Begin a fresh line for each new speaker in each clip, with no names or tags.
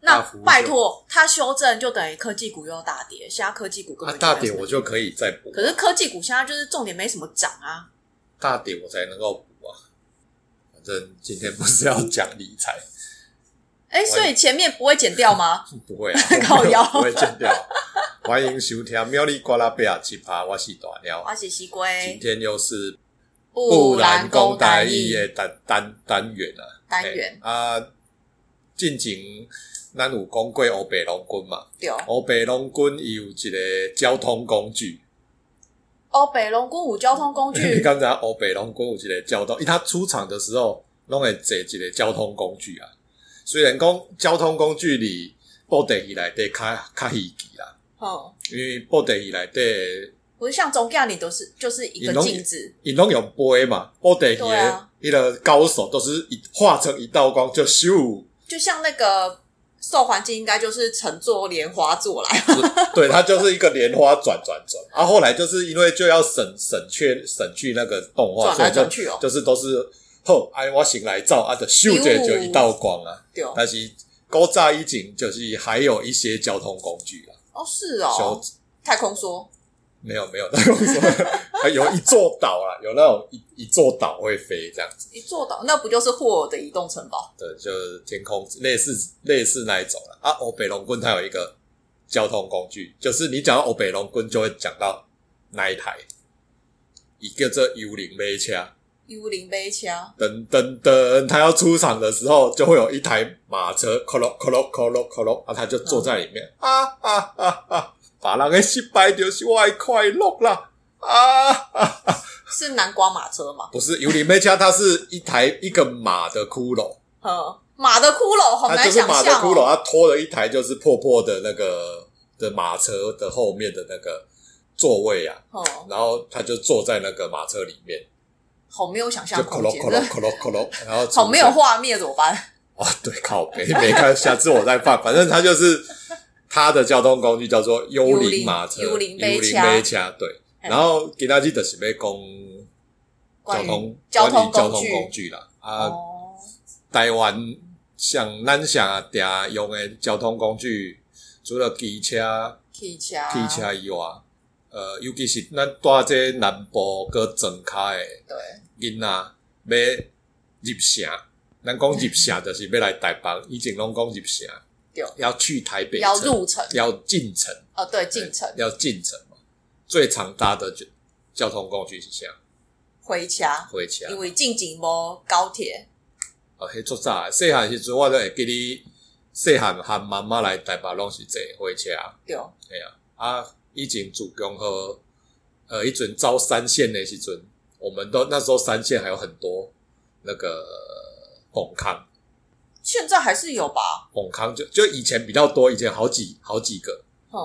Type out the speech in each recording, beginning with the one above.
大
那
幅度
拜托，它修正就等于科技股又大跌，现在科技股根
啊，
本、
大点我就可以再补，
可是科技股现在就是重点没什么涨啊，
大点我才能够补啊。反正今天不是要讲理财，
哎、所以前面不会减掉吗？，
不会啊
靠 腰
不会剪掉。欢迎收听喵哩呱啦贝尔奇葩，我是大鸟。
花喜西
今
龟
天又是
布兰
公
公
大
单
义
一
的单单单元啊，
单元
嘿啊，进前咱有讲过欧北龙军嘛，
对。哦
欧北龙军伊有一个交通工具，
哦，北龙公五交通工
哎你
具，
刚才欧北龙军有一个交通，伊他出场的时候拢会坐一个交通工具啊。虽然讲交通工具里布袋戏内底较较稀奇啦，
嗯，
因为布袋戏内底
不是像中间你都是就是一
你
个
拢
镜子，
伊拢用杯嘛，布袋戏
对
的
啊
迄个高手都是一化成一道光就咻，
就像那个受环境应该就是乘坐莲花座来，
对，它就是一个莲花转转转。啊，后来就是因为就要省省去省去那个动画，
转
所以
来
就
转去哦，
就是都是吼，哎，我醒来照啊，就咻这就一道光啊。
对哦
但是高炸一景就是还有一些交通工具啊，
哦是
修
哦，太空梭，
没有没有，那种说还有一座岛啊，有那种一一座岛会飞这样子，
一座岛，那不就是霍尔的移动城堡？
对，就是天空类似类似那一种啊。啊，欧北龙棍它有一个交通工具，就是你讲到欧北龙棍就会讲到那一台，一个这幽灵飞车。
幽灵杯枪，
噔噔噔，他要出场的时候，就会有一台马车，咯咯咯咯咯咯咯，啊，他就坐在里面，啊啊啊啊，把人的失败就是我的快乐啦，啊啊，
是南瓜马车吗？
不是尤里梅加，它是一台一个马的骷髅，
嗯，马的骷髅好
它
难
啊就是
想
马的
象
骷髅，它
哦，
拖了一台就是破破的那个的马车的后面的那个座位啊，
嗯，
然后他就坐在那个马车里面，
好没有想
就
象
咯
空
咯
间
咯，咯咯咯咯，然后
好没有画面怎么办？
哦，对，靠北没看，下次我再放。反正它就是它的交通工具叫做幽灵马车、
幽灵
幽
幽灵
灵
飞车
飞车，对。
嗯
然后给大家就是被供交
关于
通
交
管理
通
交
工
通工
具，
具啦啊，
哦，
台湾像咱像定用的交通工具，除了机车、
汽车，
汽，车以外，呃，尤其是咱住这南部个庄卡的
对，
囡仔啊要入城，咱讲入城就是要来台北，以前拢讲入城
对，
要去台北城
要入城，
要进城，
哦，对，进城
要进城嘛。最常搭的就交通工具是啥？
回家，
火车。
因为进景无高铁，
哦，迄做早的，细汉时阵我都会记你，细汉和妈妈来台北拢是坐火车，
对，
哎呀、啊，啊，以前主公和呃，以前招三线的时阵，我们都那时候三线还有很多那个崩康。
现在还是有吧，
永康就就以前比较多，以前好几好几个，
嗯，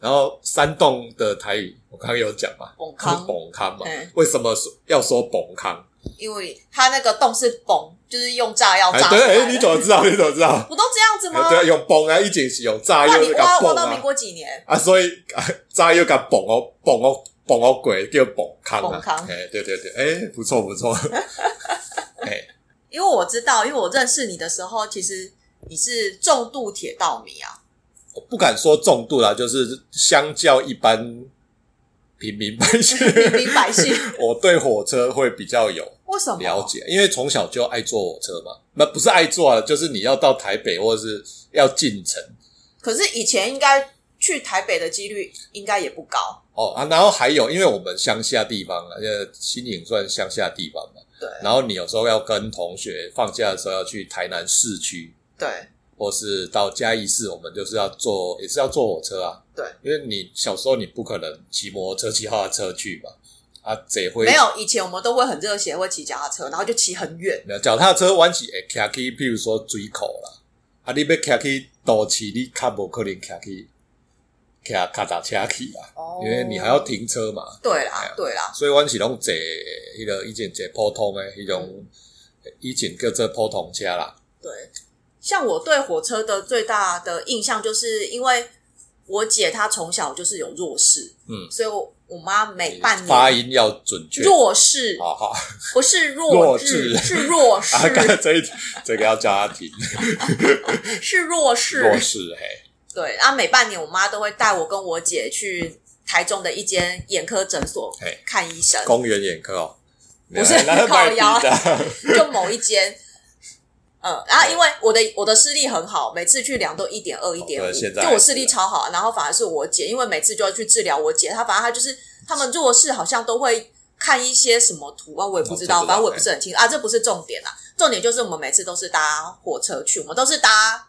然后山洞的台语我刚刚有讲嘛，
崩
就是
康，
崩康嘛
嗯，
为什么说要说崩康？
因为它那个洞是崩，就是用炸药
哎，
哦炸出
对，
来的，
哎，你怎么知道？你怎么知道？
不都这样子吗
哎？对，用崩啊，一景是用炸
那
药
你
那个
挖挖
崩
到民
啊，
国几年？
啊，所以 啊炸药个崩哦，崩哦，崩哦鬼叫崩康
崩
啊
康，
哎，对对对，哎，不错不错，哎，
因为我知道，因为我认识你的时候，其实你是重度铁道迷 啊，
我不敢说重度啦，就是相较一般平民百 姓，
平民百姓，
我对火车会比较有。
为什么？
了解，因为从小就爱坐火车嘛，那不是爱坐啊，就是你要到台北或者是要进城
可是以前应该去台北的几率应该也不高，
哦啊，然后还有，因为我们乡下地方啊，呃，新营算乡下地方嘛，
对
然后你有时候要跟同学放假的时候要去台南市区，
对
或是到嘉义市，我们就是要坐，也是要坐火车啊，
对，
因为你小时候你不可能骑摩托车、骑哈车去嘛，啊，这会
没有以前我们都会很热血，会骑脚踏车，然后就骑很远，
没有脚踏车弯是会徛去，譬如说水口啦，啊，你要徛去都市，你较无可能徛去徛脚踏车去啦，
哦
因为你还要停车嘛，
对
哎
啦
呀，
对啦，
所以阮是拢坐迄个以前坐普通的迄种，以前叫做普通车啦，
对。像我对火车的最大的印象，就是因为我姐她从小就是有弱势，
嗯，
所以我我妈每半
发
年
音要准确。
弱势
好好，啊，
不是弱
弱
智，
智啊
是 弱势，
刚才这一这个要叫他听
是弱
弱
势。
势嘿，
对，啊，每半年我妈都会带我跟我姐去台中的一间眼科诊所
嘿
看医生，
公园眼科哦，
不是
那是卖逼的，
就某一间。嗯，然后因为我的我的视力很好，每次去量都一点二、一点五，
哦对现在
就我视力超好。然后反而是我姐，因为每次就要去治疗我姐，她反正她就是他们弱势，好像都会看一些什么图啊，我也不知道，
哦不知道
反正我也不是很清楚啊。这不是重点啊，重点就是我们每次都是搭火车去，我们都是搭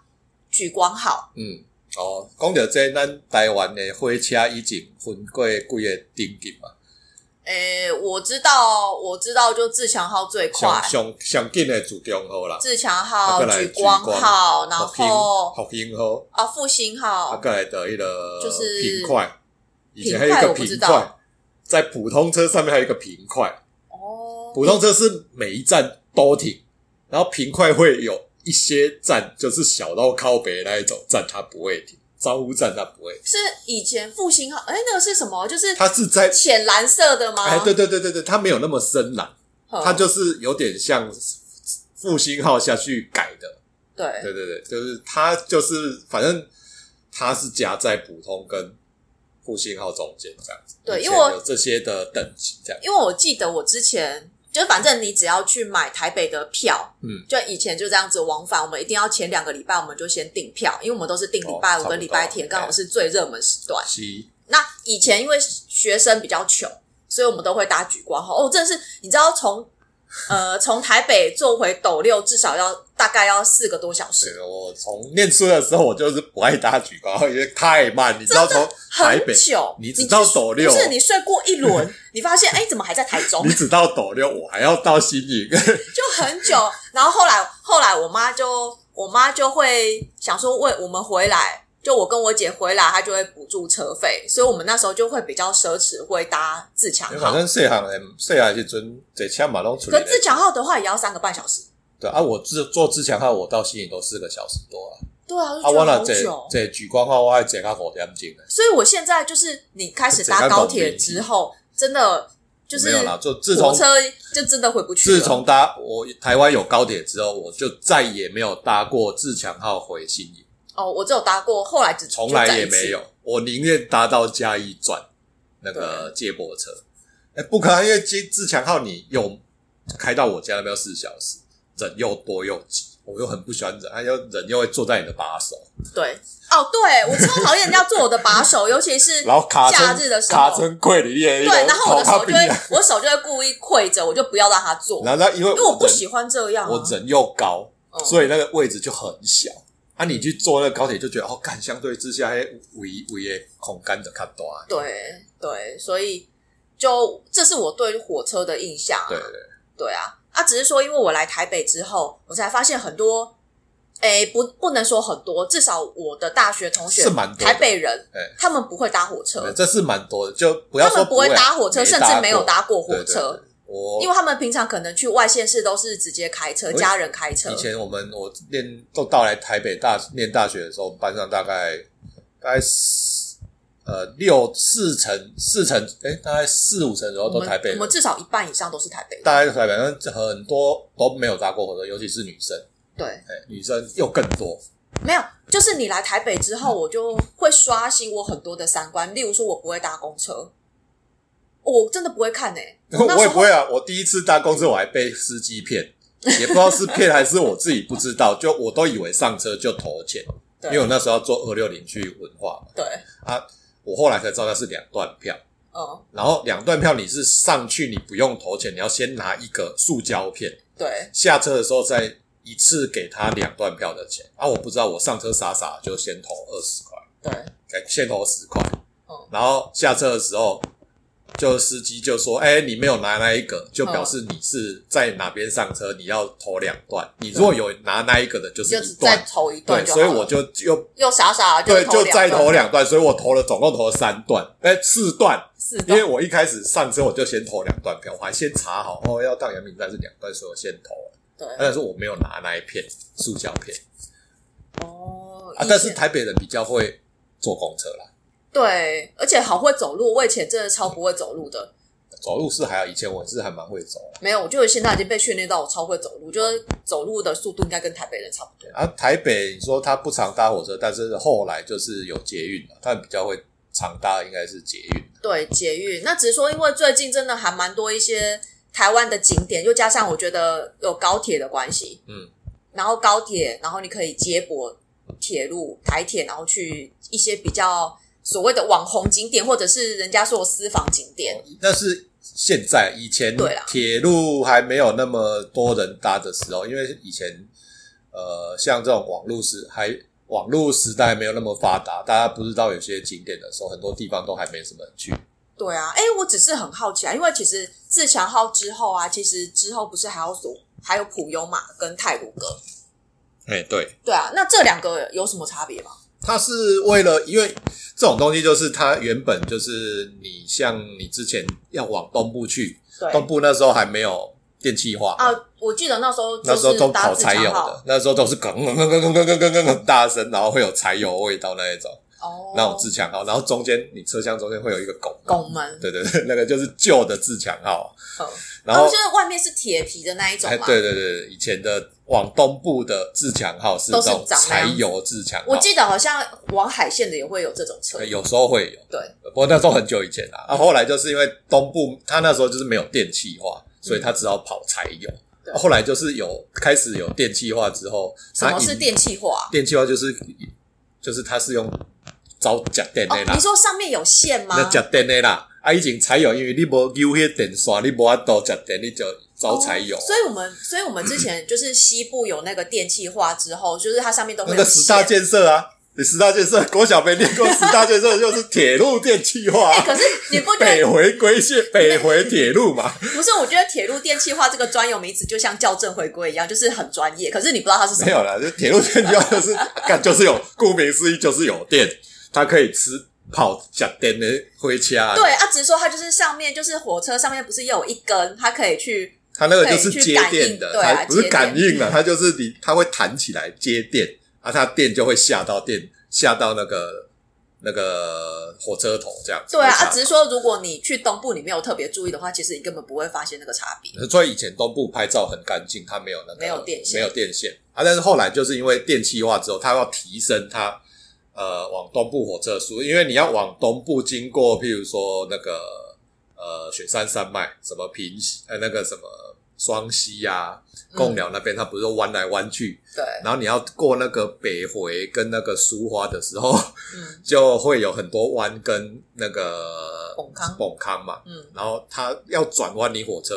莒光号，
嗯，哦，讲到这，咱台湾的火车已经分过几个顶级嘛，
诶，我知道，我知道，就自强号最快
上，上上紧的主中号啦，
自强
啊
号、
再来
莒光
莒光
号，然后
复兴号，
啊复兴号，
啊，过来的迄个
就是
平块，以前还有一
平块
个
我不知
平
道
块，在普通车上面还有一个平块，
哦，
普通车是每一站都停，然后平快会有一些站就是小到靠北那一种站它不会停，彰乌站它不会停，
是以前复兴号，哎、那个是什么？就是
它是在
浅蓝色的吗？
哎对对对对对，它没有那么深蓝，
嗯，
它就是有点像复兴号下去改的，
对
对对对，就是它就是反正它是夹在普通跟复兴号中间这样子。
对
以
因
前
为我
有这些的等级这样。
因为我记得我之前就反正你只要去买台北的票，
嗯，
就以前就这样子往返，我们一定要前两个礼拜我们就先订票，因为我们都是订礼拜
哦差不
五
多
跟礼拜天，刚好
哎
是最热门时段。
西
那以前因为学生比较穷，所以我们都会搭举光号。哦，真的是你知道从呃从台北坐回斗六至少要大概要四个多小时，
对，呃我从念书的时候我就是不爱搭举高，因为太慢。你知道从台
很
北，
久，
你只到斗六
不是你睡过一 轮，你发现哎、怎么还在台中
你，只到斗六，我还要到新 营。
就很久。然后后来后来我妈就我妈就会想说，喂，我们回来，就我跟我姐回来，她就会补助车费，所以我们那时候就会比较奢侈，会搭自强
因为
号
反。正细汉的细汉的时阵坐车嘛拢出
可
来。
自强号的话也要三个半小时，
对啊，我自坐自强号我到新营都四个小时多啊。
对啊，就
啊，
觉
我
得
若
好
坐
久。
坐举光号，我还坐到五点钟的。
所以我现在就是你开始搭高铁之后，真的就是
没有啦，就自
火
从
车就真的回不去了。
自从搭我台湾有高铁之后，我就再也没有搭过自强号回新营，
哦，我只有搭过，后来只
从来也
就再一
没
次
有。我宁愿搭到嘉义转那个接驳车。哎、不可能，因为接自强号你有开到我家那边要四小时，人又多又挤，我又很不喜欢人，还有人又会坐在你的把 手，
对，哦，对我超讨厌人家做我的把手， 尤其是
然后卡
假
撑
日的时
卡
候，
撑柜里面，
对，然后我的手就会
然，
我手就会故意跪着，我就不要让他
后
做，
他因为
因为我不
人
喜欢这样、啊。
我人又高，
嗯
所以那个位置就很小。啊，你去坐那个高铁就觉得哦，干相对之下，嘿，围围的空间就较大。
对对，所以就这是我对火车的印象、啊。
对对对，
对啊，啊，只是说因为我来台北之后，我才发现很多，诶，不不能说很多，至少我的大学同学
是蛮多的
台北人
哎，
他们不会搭火车，
这是蛮多的，就不要
嗯他
说
们不会搭火车，甚至没有
搭
搭过
过
火车。
对对对我
因为他们平常可能去外县市都是直接开车，
我
家人开车
以。前我们我念都到来台北大念大学的时候，我们班上大概大概四呃六四成四成，哎、大概四五成左右
我
都
们
台北
我
人，
们至少一半以上都是台北人。
大概都台北人，但很多都没有搭过火车，尤其是女生，
对，
哎、女生又更多。
没有，就是你来台北之后，我就会刷新我很多的三观。例如说，我不会搭公车，我真的不会看欸诶、我那
我
时
也不
候
会啊，我第一次搭公车我还被司机骗，也不知道是骗还是我自己不知道，就我都以为上车就投钱，因为我
对
那时候要坐二六零去文化嘛，
对，
啊，我后来才知道那是两段票，
嗯，
然后两段票你是上去你不用投钱，你要先拿一个塑胶片，
对，
下车的时候再一次给他两段票的钱，啊，我不知道我上车傻傻就先投二十块。
对，
给哎先投十块，
嗯
然后下车的时候，就司机就说：“哎、你没有拿那一个，就
嗯
表示你是在哪边上车，你要投两段。你如果有拿那一个的，就是
嗯就
一
再
段。
投一段
对，
就
所以
好了
我就又
又傻傻地
对就再
两段
投两段，所以我投了总共投了三段，哎、四段。
四
因
段
为我一开始上车我就先投两段票，我还先查好哦，要到阳明站是两段，所以我先投了。
对
但是我没有拿那一片塑胶片
哦
啊，但是
以前
台北人比较会坐公车啦。
对，而且好会走路，我以前真的超不会走路的，
走路是还好，以前我是还蛮会走啦。
没有，我就是现在已经被训练到我超会走路，就是走路的速度应该跟台北人差不多。
啊，台北你说它不常搭火车，但是后来就是有捷运了，但比较会常搭的应该是捷运。
对，捷运那只是说，因为最近真的还蛮多一些台湾的景点，又加上我觉得有高铁的关系，
嗯，
然后高铁，然后你可以接驳铁路、台铁，然后去一些比较所谓的网红景点，或者是人家说的私房景点。
但是现在以前
对啦
铁路还没有那么多人搭的时候，因为以前呃，像这种网络时还网络时代没有那么发达，大家不知道有些景点的时候，很多地方都还没什么人去。
对啊，哎，我只是很好奇啊，因为其实自强号之后啊，其实之后不是还有所还有普悠玛跟泰鲁格，
哎、对，
对啊，那这两个有什么差别吗？
它是为了，因为这种东西就是它原本就是你像你之前要往东部去，
对
东部那时候还没有电气化，
啊，我记得那时候就
那时候
是
都
搭
烤
自
柴
强
油
号
的，那时候都是吭吭吭吭吭吭吭吭很大声，然后会有柴油味道那一种，
哦，
那种自强号，然后中间你车厢中间会有一个拱，
拱门，
对对对，那个就是旧的自强号，
嗯
然
哦
后
就是外面是铁皮的那一种啊
哎
嘛。
对对对，对以前的往东部的自强号是
都
那
是
种
长那
柴
样子
油自强
我
号，
记得好像往海线的也会有这种车
呃，有时候会有。
对，嗯
不过那时候很久以前啦、啊，后来就是因为东部他那时候就是没有电气化，所以他只好跑柴油。
嗯对
后来就是有开始有电气化之后，
什
它
么是
引
电气化？
电气化？就是就是它是用招假电
哦
的，啦
你，说上面有线吗？
那假电的啦。啊，以前柴油，因为你无丢迄电线，你无法度假电，你就招柴油。
哦所以我们，所以我们之前就是西部有那个电气化之后，就是它上面都会
啊那
有
个十大
线。
建设啊，你十大建设，郭小飞念过十大建设就是铁路电气化、
哎、可是你不觉
北
得？
回归线，北回铁路嘛。
不是，我觉得铁路电气化这个专有名词就像校正回归一样，就是很专业。可是你不知道它是什
没
么。
有啦，就铁路电气化就是干，就是有，顾名思义就是有电，它可以吃跑假电的灰掐。
对，，啊，只是说它就是上面就是火车上面不是也有一根，它可以去
它那个就是接电的，
可以去感应对啊
它不是
接电
感应了，它就是你它会弹起来接电，啊，它电就会下到电下到那个那个火车头这样子。
对啊，
会下
啊，只是说如果你去东部你没有特别注意的话，其实你根本不会发现那个差别。
所以以前东部拍照很干净，它没有那个
没有电线
没有电线啊。但是后来就是因为电气化之后，它要提升它呃往东部火车速，因为你要往东部经过，譬如说那个呃雪山山脉，什么平溪呃那个什么双溪呀、
嗯
贡寮那边，它不是都弯来弯去，
对，
然后你要过那个北回跟那个苏花的时候，
嗯
就会有很多弯跟那个
崩坑
崩康嘛，
嗯，
然后它要转弯，你火车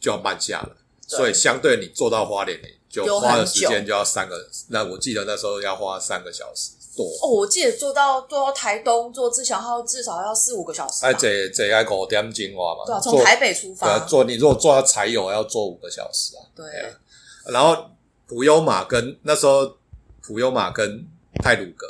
就要慢下了，
对
所以相对你坐到花莲，你就
有很久
花的时间就要三个。那我记得那时候要花三个小时多，
哦，我记得坐到坐到台东坐自强号至少要四五个小时吧。
哎，这这要五点钟哇嘛，
对啊，从
坐
台北出
对
发，
啊，坐你如果坐到柴油要坐五个小时啊。
对
哎呀然后普悠玛跟那时候普悠玛跟泰鲁格，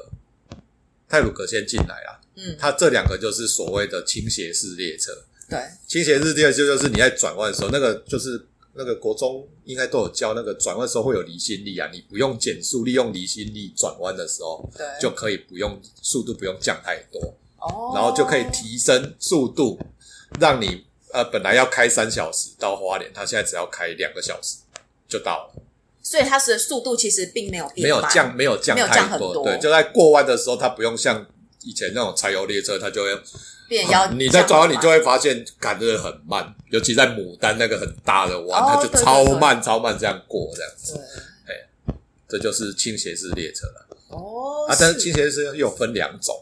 泰鲁格先进来啦，
嗯，
它这两个就是所谓的倾斜式列车。
对，
倾斜式第二就就是你在转弯的时候，那个就是那个国中应该都有教，那个转弯的时候会有离心力啊，你不用减速，利用离心力转弯的时候
对，
就可以不用速度不用降太多，
哦，
然后就可以提升速度，让你呃本来要开三小时到花莲，它现在只要开两个小时就到了，
所以它的速度其实并没有变
没有
慢
降没有降
没有降
太
很多
对，就在过弯的时候，它不用像以前那种柴油列车，它就会
变腰，
啊你在转弯，你就
会
会发现赶得很慢，尤其在牡丹那个很大的弯，
哦
它就
对对
超慢超慢这样过，这样子，
对
这就是倾斜式列车了
哦
啊。但是倾斜式又有分两种，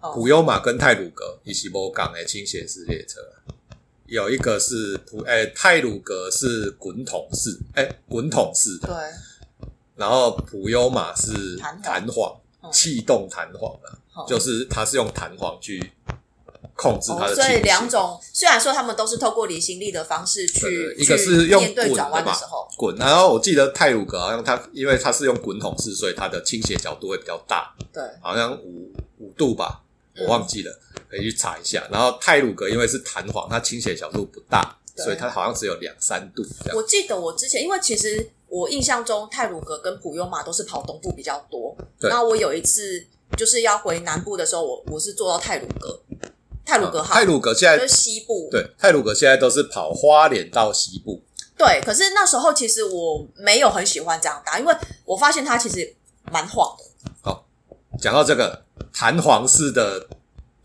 哦
普悠玛跟泰鲁格以及波港的倾斜式列车，有一个是普哎、泰鲁格是滚筒式，哎、滚筒式的，
对
然后普悠玛是
弹簧
弹簧
嗯
气动弹簧啊，
好
就是它是用弹簧去控制它
哦，
的倾
所
斜。
以两种虽然说他们都是透过离心力的方式去
对，一个
去
是用
面对
滚
转
的
弯的
嘛
时候，，
滚。然后我记得泰鲁格好像它，因为它是用滚筒式，所以它的倾斜角度会比较大，
对
好像五五度吧，
嗯
我忘记了，可以去查一下。然后泰鲁格因为是弹簧，它倾斜角度不大，
对
所以它好像只有两三度这样。
我记得我之前，因为其实我印象中泰鲁格跟普悠玛都是跑东部比较多。
对
然后我有一次就是要回南部的时候，我我是坐到泰鲁阁，泰鲁阁
嗯
号，
泰鲁阁现
就
在
是西部，
对泰鲁阁现在都是跑花莲到西部，
对，可是那时候其实我没有很喜欢这样搭，因为我发现它其实蛮晃的。
讲到这个弹簧式的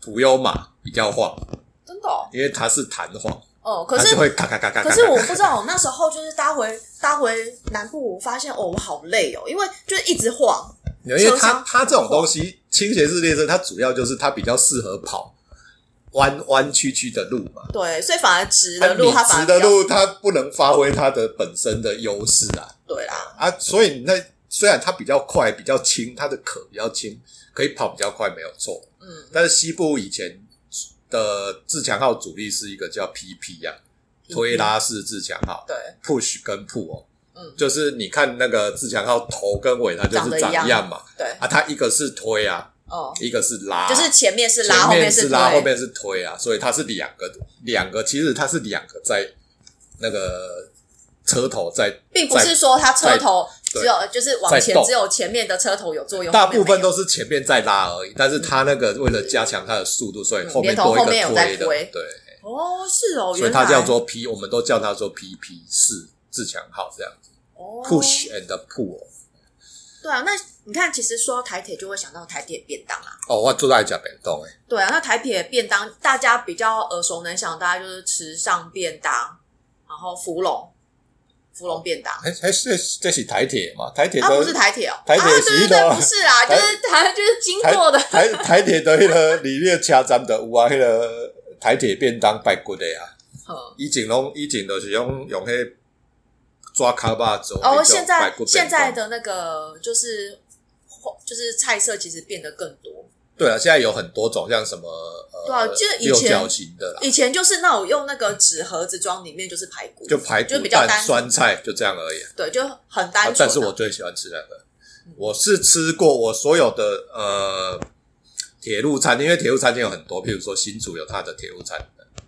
途优马比较晃，
真的哦，
因为它是弹簧，
嗯，可
它
是
就会咔咔咔咔咔咔。
可是我不知道，我那时候就是搭回搭回南部，我发现哦，我好累哦，因为就是一直晃。
因为
车
它
厢
它这种东西倾斜式列车，它主要就是它比较适合跑弯弯曲曲的路嘛。
对，所以反而直的路
啊
它
你
反而
直的
比较
路，它不能发挥它的本身的优势啊
对啦，
啊！所以那虽然它比较快、比较轻，它的壳比较轻，可以跑比较快，没有错。
嗯，
但是西部以前的自强号主力是一个叫 PP 呀、啊，推拉式自强号
对，
，push 跟 pull 哦，
嗯，
就是你看那个自强号头跟尾，它就是
长
长
得一
样嘛，
对，
啊，它一个是推啊，
哦，
一个是拉，
就是前面是拉，
前
后
面
是
拉，
推
后面是推啊，所以它是两个两个，其实它是两个在那个车头在，
并不是说它车头
在
只有就是往
在
前
动
只有前面的车头有作用，
大
后面
部分
没
都
有
是前面在拉而已，但是它那个为了加强它的速度，所以
嗯
后面
连同
多一个
后面有在
推的，
推
对，
哦，是哦，
所以
原
它
来
叫做 P，我们都叫它做 PP 四自强号这样子
哦
，push and pull。
对啊，那你看，其实说到台铁就会想到台铁便当啊。
哦，我最爱讲便当诶，
对啊，那台铁便当大家比较耳熟能详，大家就是池上便当，然后芙蓉，芙蓉便当。
还还是这是台铁嘛？台铁
啊，
都
不是台铁哦，
台铁
啊，
是
对对
那个
对，不是啦，就
台
是 台就是经
台
过的，
台台铁的迄个里面车站的有啊，迄个台铁便当排骨的啊。
嗯
以前拢以前都是用用迄抓卡巴做。
哦，现在
那种排骨便当
现在的那个就是就是菜色其实变得更多，
对啊，现在有很多种，像什么呃，
对啊就是以
六
前
角形的啦，
以前就是那种用那个纸盒子装，里面就是排骨，
就排骨
就比较
蛋
单
酸菜就这样而已啊。
对，就很
啊
单纯啊。
但是我最喜欢吃那个，我是吃过我所有的呃铁路餐厅，因为铁路餐厅有很多，譬如说新竹有它的铁路餐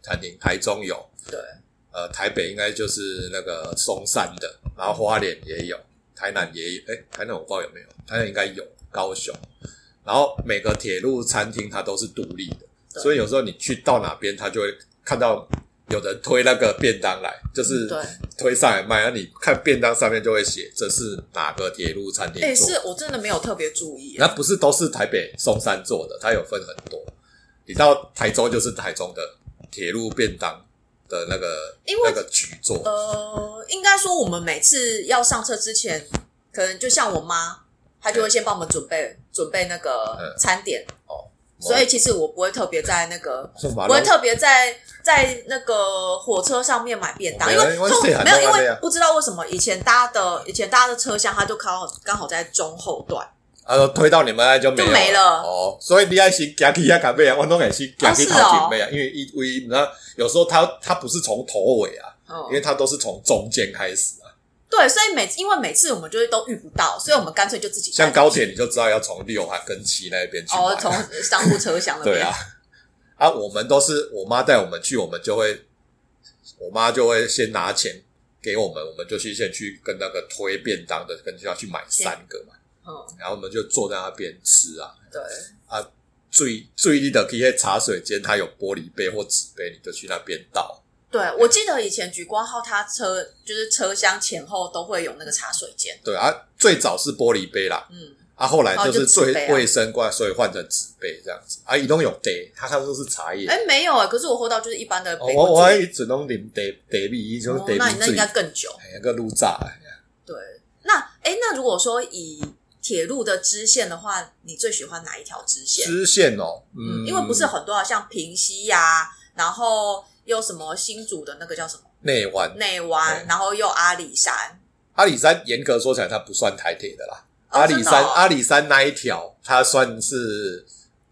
餐厅，台中有，
对，
呃，台北应该就是那个松山的，然后花莲也有，台南也有，哎、台南我不知道有没有，台南应该有，高雄，然后每个铁路餐厅它都是独立的，
对
所以有时候你去到哪边，它就会看到有人推那个便当来，就是
嗯对，
推上来卖，然后你看便当上面就会写这是哪个铁路餐厅
哎，
做的，
是我真的没有特别注意，
那不是都是台北松山做的，它有分很多，你到台中就是台中的铁路便当。的那个
因为
那个局做，
呃，应该说我们每次要上车之前，可能就像我妈，她就会先帮我们准备准备那个
嗯
餐点哦。所以其实我不会特别在那个，
我
不会特别在在那个火车上面买便当，
哦没
因
有
为
因为
通
是很
没有，因
多的啊
为
呀
不知道为什么以前搭的以前搭的车厢，它就刚好刚好在中后段。
他说啊推到你们那就没有
就没了哦
哦，所以你爱是夹起亚卡贝啊，我拢也是夹起头前辈啊，因为一为那有时候他他不是从头尾啊，因为
嗯，
他都是从中间开始啊。
对，所以每因为每次我们就是都遇不到，所以我们干脆就自己
像
带
高铁你就知道要从六啊跟七那边去买
哦，从商务车 厢那
对
边
啊，啊，我们都是我妈带我们去，我们就会我妈就会先拿钱给我们，我们就去先去跟那个推便当的跟要去买三个嘛，
嗯，
然后我们就坐在那边吃啊，
对，
最最低的可以在茶水间，它有玻璃杯或纸杯，你就去那边倒。
对，我记得以前举光号它车就是车厢前后都会有那个茶水间，
对啊，最早是玻璃杯啦，
嗯，
啊，后来
哦
就是
就纸
最
杯啊
卫生怪，所以换成纸杯这样子。啊，移动有茶，它它都是茶叶。
哎，没有哎，可是我喝到就是一般的
嗯哦
培
我
根
我还
汁，
一直拢啉茶茶米，伊种
哦
茶米
那你那应
水，
该更久，
哎那个路炸。
对，那哎，那如果说以铁路的支线的话，你最喜欢哪一条支线？
支线哦，
嗯，
嗯，
因为不是很多啊，像平西呀，然后又什么新竹的那个叫什么
内湾，
内
对
湾，然后又阿里山，
阿里山严格说起来它不算台铁的啦。
哦
阿里山、啊
真的哦
阿里山那一条，它算是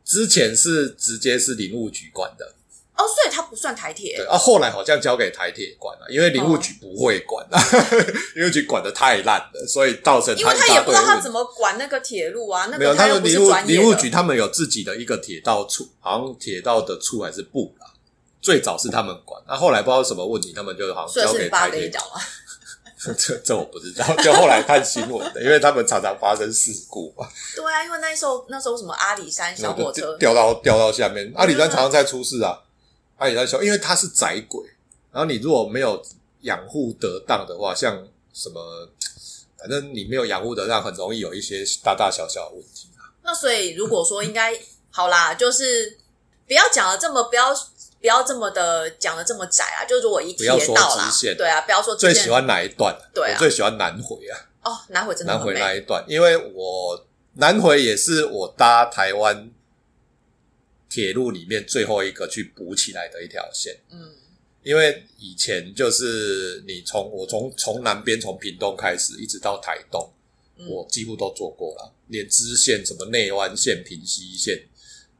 之前是直接是林务局管的。
哦，所以它不算台铁
对，啊，后来好像交给台铁管了，因为林务局不会管，啊 林务局管的太烂了，所以造成
哦因为
一
他
大
也不
堆
知道他
问
怎
题。
么管那个铁路啊，那
没有，
个
他
他又
们
不是
林务
专业
林务
的。
局他们有自己的一个铁道处，好像铁道的处还是部啦。啊最早是他们管，那、后来不知道什么问题，他们就好
所
像哦交
以是
给
你爸
台
跟你
铁。
讲吗？
这这这我不知道，就后来看新闻的，因为他们常常发生事故嘛，
对啊，因为那时候那时候什么阿里山小火
就
车，
掉到掉到下面。阿里山常常在出事啊，阿里山小，因为它是窄轨，然后你如果没有养护得当的话，像什么，反正你没有养护得当，很容易有一些大大小小的问题。
那所以如果说应该好啦，就是不要讲的这么不要不要这么的讲的这么窄啊，就如果一铁
不要说
道啦
直线，
对啊，不要说直
最
线
喜欢哪一段？
对啊
我最喜欢南回啊，
哦，南回真的
南
很
回
美，
那一段，因为我南回也是我搭台湾铁路里面最后一个去补起来的一条线。
嗯
因为以前就是你从我从从南边从屏东开始，一直到台东，
嗯
我几乎都做过了，连支线什么内湾线、平西线，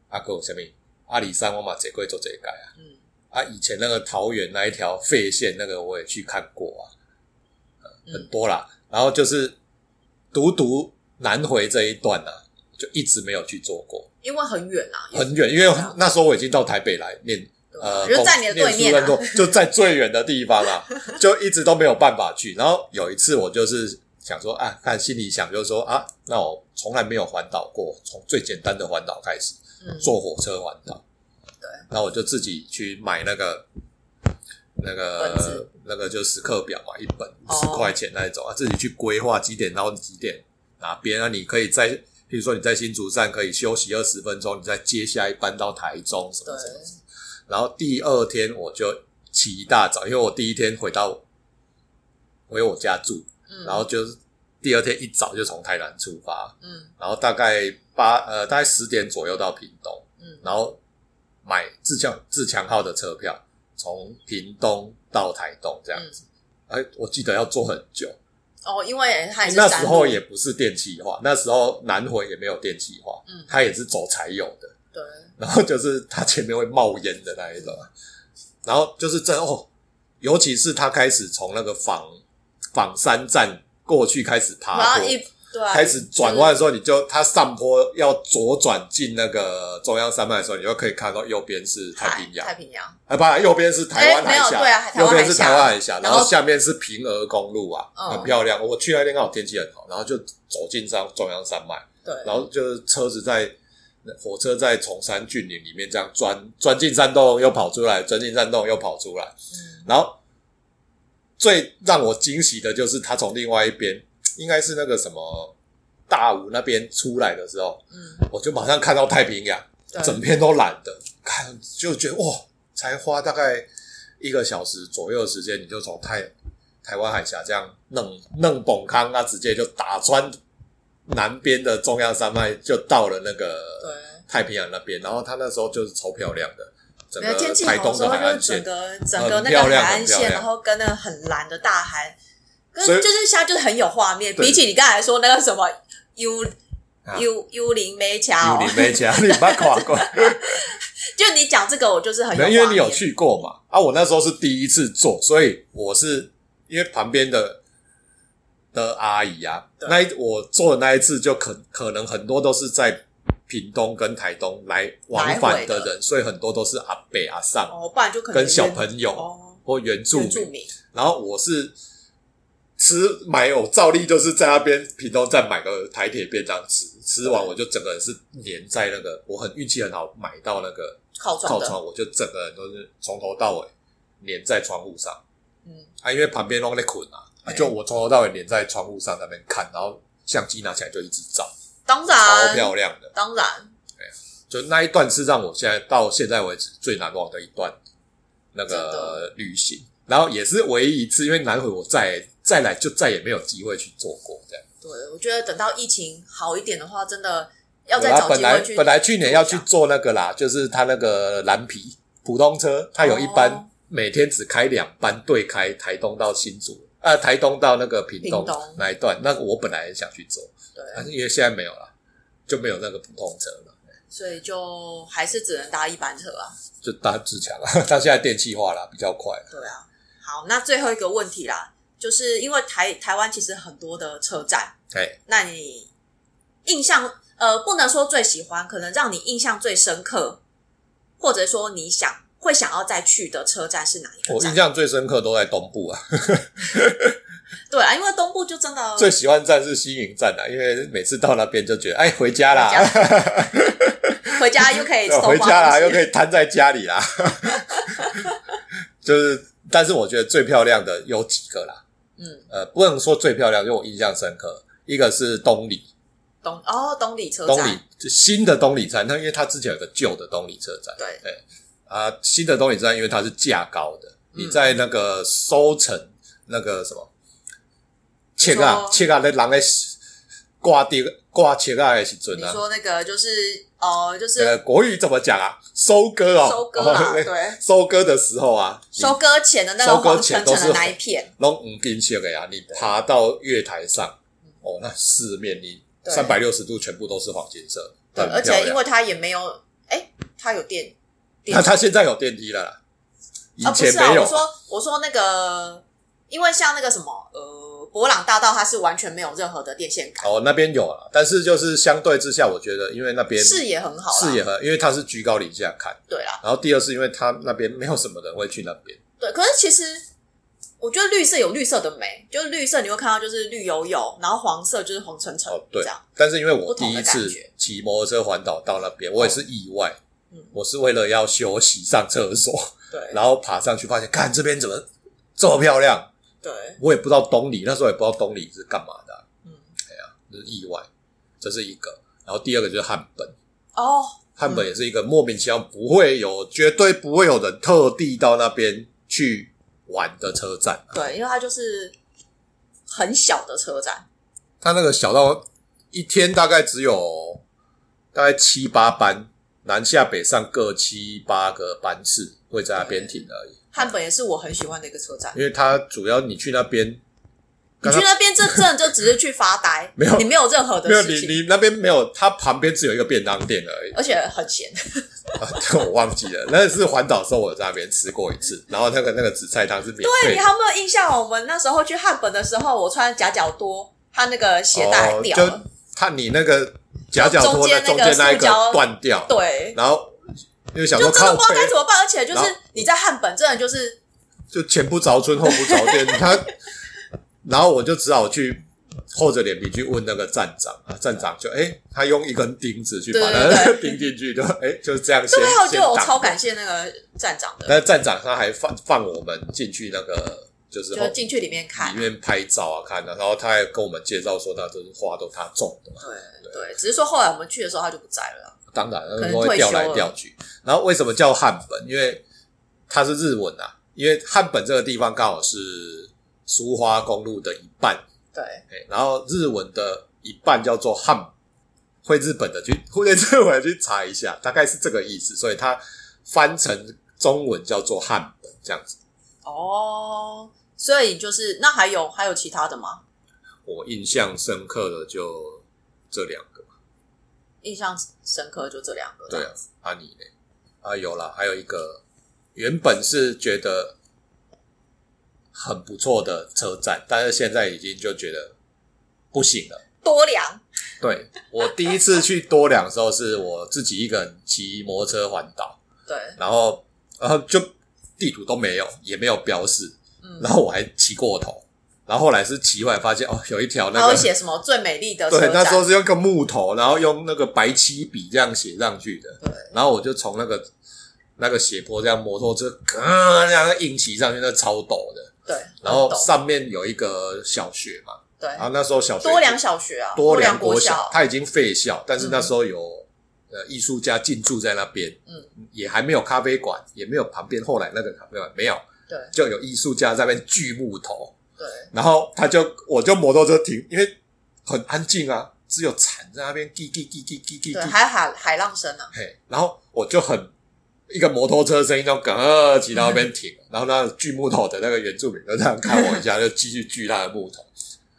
啊，还有什么阿里山我嘛这过做这改啊，
嗯，
啊，以前那个桃园那一条废线那个我也去看过啊，呃
嗯
很多啦。然后就是独独南回这一段啊，就一直没有去做过，
因为很远啊，
很远，因为那时候我已经到台北来念
对啊
呃，
就在你的对面
念书
啊，
跟做就在最远的地方啊，就一直都没有办法去。然后有一次我就是想说啊，看心里想就是说啊，那我从来没有环岛过，从最简单的环岛开始，
嗯，
坐火车环岛。
对，
然后我就自己去买那个那
本子
个那个就时刻表嘛，一本
哦
十块钱那一种啊，自己去规划几点到几点哪边啊，你可以在。比如说你在新竹站可以休息二十分钟，你再接下一班到台中什
对
么什么什么然后第二天我就起一大早，因为我第一天回到回我家住，
嗯，
然后就是第二天一早就从台南出发，
嗯
然后大概八呃大概十点左右到屏东，
嗯
然后买自强自强号的车票，从屏东到台东这样子。哎，我记得要坐很久，
哦，因为它也嗯是
那
山
时
路
候也不是电气化，那时候南回也没有电气化，
嗯
它也是走柴油的。
对，
然后就是它前面会冒烟的那一种，然后就是这哦，尤其是他开始从那个仿仿山站过去开始
然
爬
后
坡，
一对啊
开始转弯的时候，你就它上坡要左转进那个中央山脉的时候，你就可以看到右边是
就是
太平洋
太，平洋，
啊，不，右边是台湾海
哎没有对啊
峡，
台湾
右
海峡
边是台湾海峡，
然
然
后
后下面是平峨公路啊，
嗯
很漂亮。我去那天刚好天气很好，然后就走进上中央山脉。
对，
然后就是车子在火车在崇山峻岭里面这样钻钻进山洞，又跑出来，钻进山洞又跑出来。
嗯
然后最让我惊喜的就是他从另外一边，应该是那个什么大武那边出来的时候，
嗯，
我就马上看到太平洋，
对
整片都蓝的，看就觉得哇，才花大概一个小时左右的时间，你就从太台湾海峡这样弄弄崩康啊，直接就打穿南边的中央山脉，就到了那
对
个。太平洋那边。然后它那时候就是超漂亮的，整
没有天
个
气
台
好的
东
时
的
候，
海
就
岸
是整
线。
个整个
很
那
漂
个海
亮
岸
很漂
线，
亮
然后跟那个很蓝的大海，跟
所以
就是现在就是很有画面。
对
比起你刚才说那个什么幽
啊
幽幽灵梅桥
有，你没讲，你把跨过，
就你讲这个，我就是很 有
没有
画面。
因为你有去过嘛？啊，我那时候是第一次做，所以我是因为旁边的的阿姨啊，
对
那一我做的那一次就可可能很多都是在屏东跟台东来往
来
返
回的
的人，所以很多都是阿伯阿上
哦，不然就可能
跟小
原
朋友
哦，
或原住
原
民，
住民
然后我是。吃买我照例就是在那边屏东站买个台铁便当吃，吃完我就整个人是黏在那个，我很运气很好买到那个
靠
靠
窗的，
窗，我就整个人都是从头到尾粘在窗户上
嗯，
啊，因为旁边都在捆啊，啊
对
就我从头到尾粘在窗户上那边看，然后相机拿起来就一直照，
当
超
然
漂亮的。
当然，
就那一段是让我现在到现在为止最难忘的一段那
真
个
的
旅行，然后也是唯一一次，因为南回我再再来就再也没有机会去做过这样。
对我觉得等到疫情好一点的话，真的要
对
再
啊，
找
本
机
来
会去。
本来去年要去做那个啦，就是他那个蓝皮普通车，他有一班、
哦
每天只开两班对开台东到新竹，啊，台东到那个屏东
屏东
那一段，那个我本来也想去做，但
对，
是因为现在没有了，就没有那个普通车了，
所以就还是只能搭一班车啊。
就搭自强 了。他现在电气化了，比较快了。
对啊，好，那最后一个问题啦，就是因为台台湾其实很多的车站，
哎，
那你印象呃不能说最喜欢，可能让你印象最深刻，或者说你想会想要再去的车站是哪一个
我
站
印？象最深刻都在东部啊，
对啊，因为东部就真的
最喜欢站是西营站啊，因为每次到那边就觉得哎回家啦，
回家又可 以
对回家啦，又可
以
以瘫在家里啦。 就是，但是我觉得最漂亮的有几个啦，
嗯
呃，不能说最漂亮，因为我印象深刻。一个是东里，
东哦东里车
东
站
里新的东里站，它因为它之前有个旧的东里车站，
对
对啊，新的东里站因为它是架高的，
嗯
你在那个收成那个什么切
说
啊切啊，那人在挂地挂切啊的时阵
你
啊，
说那个就是哦就
呃，
是
国语怎么讲啊？收割哦，
收割啦，
哦 那
对，
收割的时候啊，你
收割前的那个
收割
黄
前
澄
都
澄
是
的那一片，
拢唔跟切的啊呀，你爬到月台上，哦，那四面你
嗯对
三百六十度全部都是黄金色，
对，
很
而
漂
且
亮
因为它也没有，哎，它有电，电
那他现在有电梯了啦，以
啊，不
前
是啊
没，有。
我说我说那个，因为像那个什么呃，博朗大道它是完全没有任何的电线杆，
哦，那边有啊，但是就是相对之下，我觉得因为那边
视野很好啦，
视野很，因为它是居高临下看，
对啦，
然后第二是因为它那边没有什么人会去那边，
对。可是其实我觉得绿色有绿色的美，就是绿色你会看到就是绿油油，然后黄色就是黄橙橙，
哦对
这样
但是因为
不
我第
同
一
的
次
感觉
骑摩托车环岛到那边，我也是意外，
嗯
我是为了要休息上厕所，
对
然后爬上去发现，看这边怎么这么漂亮，
对，
我也不知道东里，那时候也不知道东里是干嘛的啊、
嗯，
就是意外，这是一个。然后第二个就是汉本，
哦，
汉本也是一个莫名其妙不会有，绝对不会有人特地到那边去玩的车站。
对，因为它就是很小的车站，
它那个小到一天大概只有大概七八班，南下北上各七八个班次会在那边停而已。
汉本也是我很喜欢的一个车站。
因为它主要你去那边，
你
刚
去
刚
那边这真的就只是去发 呆，
没有
你没有任何的
没有
事
你
情，
你那边没有，它旁边只有一个便当店而已。
而且很闲。
啊，这 我忘记了，那是环岛的时候我有在那边吃过一次，然后那个那个紫菜汤是免
对
费
你
的
还。有没有印象？我们那时候去汉本的时候，我穿夹脚多，它那个鞋带还
哦，
掉
就
了。
看你那个夹脚拖的中
中
间
间
那
那
一个
个塑胶
断掉，
对，
然后又想说
就真
靠
的不知道该
背
怎么办。而且就
然
是
后
你在汉本，真的就是
就前不着村后不着店，他，然后我就只好去厚着脸皮去问那个站长啊，站长就哎、他用一根钉子去把
对
它
对
钉进去，就哎、就是这样先
对，还有就
先
我
挡
超感谢那个站长的，
那站长他还放放我们进去那个就是
就是进去里面看
里。面拍照啊看啊，然后他还跟我们介绍说那都是花都他种的嘛，
对对，只是说后来我们去的时候他就不在了啦。
当然那
能
都会
退
掉
休
来
了
掉去。然后为什么叫汉本？因为它是日文啊，因为汉本这个地方刚好是苏花公路的一半，
对，
哎，然后日文的一半叫做汉，会日本的去 会日文的去查一下，大概是这个意思，所以它翻成中文叫做汉本这样子。
哦，所以就是那还有还有其他的吗？
我印象深刻的就这两个。
印象深刻就这两个。
对啊，阿尼呢？啊，有啦，还有一个原本是觉得很不错的车站，但是现在已经就觉得不行了。
多良
对 我第一次去多良的时候，是我自己一个人骑摩托车环岛，
对，
然后然后就地图都没有，也没有标示，
嗯
然后我还骑过头，然后后来是骑回来发现哦，有一条那
还
个
有写什么最美丽的车
对，
站？
那时候是用个木头，然后用那个白漆笔这样写上去的。
对，
然后我就从那个那个斜坡这样摩托车，啊、这样硬骑上去，那超陡的。
对，
然后
很陡
上面有一个小学嘛，
对
然后那时候小学
多良小学啊，
多良
良
国
小，
它已经废校，但是
嗯
那时候有、呃艺术家进驻在那边，
嗯，
也还没有咖啡馆，也没有旁边后来那个咖啡馆没有，
对
就有艺术家在那边锯木头，
对
然后他就我就摩托车停，因为很安静啊，只有蝉在那边叽叽叽叽叽叽
对，
叽，
还有海海浪声啊，
嘿，然后我就很一个摩托车声音就咯呃骑到那边停，然后那个锯木头的那个原住民就这样看我一下，就继续锯他的木头，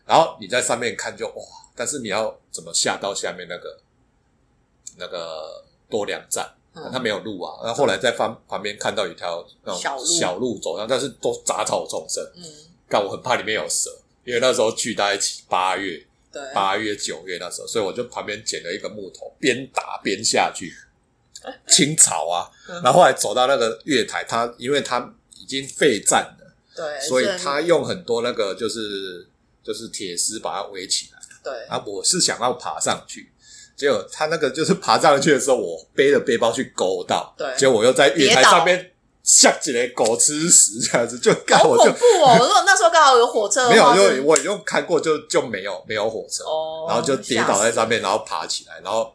然后你在上面看就哇，但是你要怎么下到下面那个那个多良站？
嗯
他没有路啊，然后后来在旁旁边看到一条那
小
种
路
小路走上，但是都杂草丛生，
嗯，
但我很怕里面有蛇，因为那时候去大概七八月、
对，
八月、九月那时候，所以我就旁边捡了一个木头，边打边下去清草啊啊
嗯。
然后后来走到那个月台，它因为它已经废站了，
对，
所以
虽然
他用很多那个就是就是铁丝把它围起来。
对
啊，我是想要爬上去，结果他那个就是爬上去的时候，我背着背包去勾到，
对
结果我又在月台
跌倒
上面下起来狗吃屎这样子，就干
好
我
恐
就
怖啊哦！如果那时候刚好有火车的话，
没有，
真
就
的
我就看过就就没有没有火车，
哦，
然后就跌倒在上面，然后爬起来，然后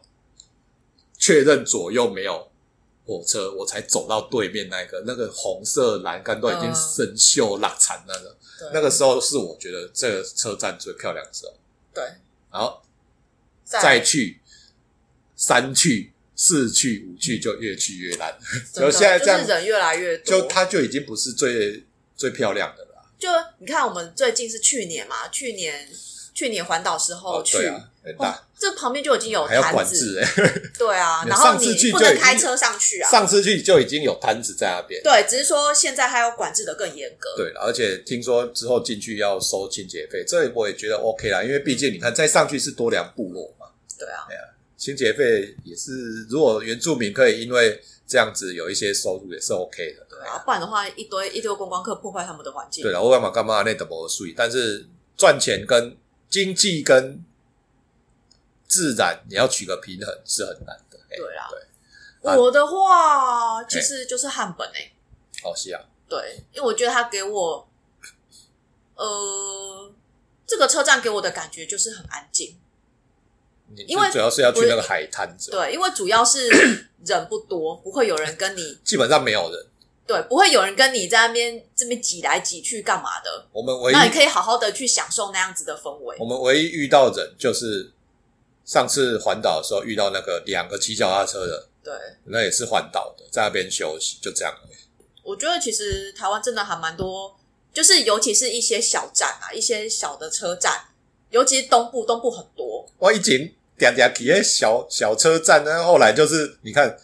确认左右没有火车，我才走到对面那个那个红色栏杆都已经
嗯
生锈烂惨那个，
吓死，对
那个时候是我觉得这个车站最漂亮的时候，
对，
然后再
在
去三去四去五去就越去越烂，
嗯真的
现在这样
就是人越来越多，
就它就已经不是最最漂亮的了啦。
就你看，我们最近是去年嘛，去年去年环岛时候哦去，
对啊，很
哇
大
这旁边就已经有
还要
摊
管
子，
制哎、
对啊，
你
然后
上次
你
去
不
就
能
已经
开车上去 啊，
上次去就已经有摊子在那边。
对，只是说现在还要管制的更严格，
对啦，而且听说之后进去要收清洁费，这我也觉得 OK 啦，因为毕竟你看再上去是多良部落嘛，
对啊，
清洁费也是，如果原住民可以因为这样子有一些收入也是 OK 的。
对啊，不然的话一堆一堆观光客破坏他们的环境，
对了，我干嘛干嘛那怎么税？但是赚钱跟经济跟自然，你要取个平衡是很难的。哎
对啦
对，啊
我的话
哎
其实就是汉本诶、欸
好是啊，
对，因为我觉得他给我，呃，这个车站给我的感觉就是很安静，
你
因为
你主要是要去那个海滩子，
对，因为主 要是人不多，不会有人跟你
基本上没有人。
对，不会有人跟你在那边这边挤来挤去干嘛的。
我们唯一
那你可以好好的去享受那样子的氛围
我。们唯一遇到人就是上次环岛的时候遇到那个两个骑脚踏车的，
对，
那也是环岛的，在那边休息，就这样而已。
我觉得其实台湾真的还蛮多，就是尤其是一些小站啊，一些小的车站，尤其是东部，东部很多。
我以前点点去那小小车站呢，后来就是你看，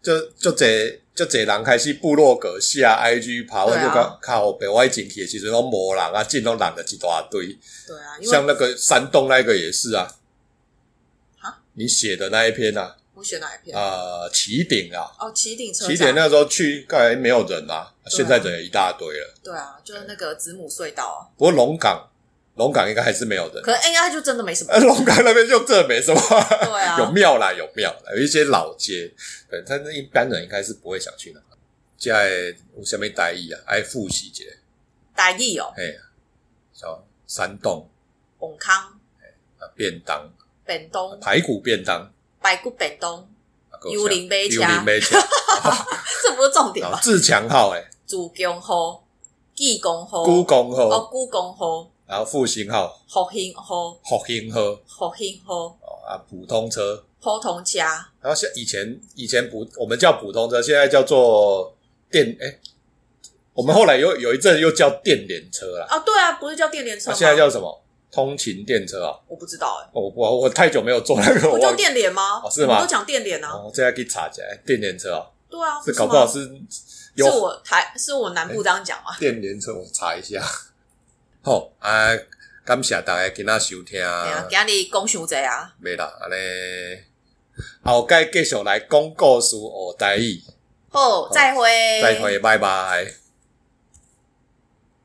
就就这就这人开始部落格下 IG 爬，我
对
就
啊
靠靠北我以前去的时阵都无人啊，进都人的一大堆，
对啊，因为
像那个山东那个也是啊
啊。
你写的那一篇啊，
我选哪一片？
呃，起点啊，
哦，起顶车
起点
站。
那时候去，刚才没有人啊，现在人也一大堆了。
对啊，就是那个子母隧道啊。
不过龙岗，龙岗应该还是没有人。
可能 AI 就真的没什么
呃，。龙岗那边就这没什么，
对啊
有庙啦，有庙啦，有一些老街，对，但是一般人应该是不会想去那。现在有什么台语啊？爱复习一下，
打意哦，
嘿，小山洞
永康、
啊，便当，啊
本东、
排骨便当，
白骨本东，
啊还有
幽灵杯
啥
车
幽灵杯 车，
这不是重点
然后
吧？
自强号诶，
主宫号、技工号、
孤公号，
哦，故宫号、
然后复兴号、
复兴号、
复兴号
复兴号、
哦啊，普通车，
普通车、
然后像以前以前普我们叫普通车，现在叫做电诶，我们后来有有一阵又叫电联车啦。
啊，对啊，不是叫电联车
它
吗？
现在叫什么？通勤电车啊！
我不知道哎、
哦我我我太久没有坐那个，
不
我
叫
忘记。
电联吗？
哦是吗
我们都讲电联啊，
哦，现在可以查起来，电联车啊，
对啊，
这
是
搞不好
吗
是
是
有
我台是我南部这样讲嘛？
电联车，我查一下。 好啊，感谢大家今仔收听。
哎呀，今日讲伤济啊，
没啦，安尼后盖继续来讲故事学台语，
好，再会，
再会，拜拜。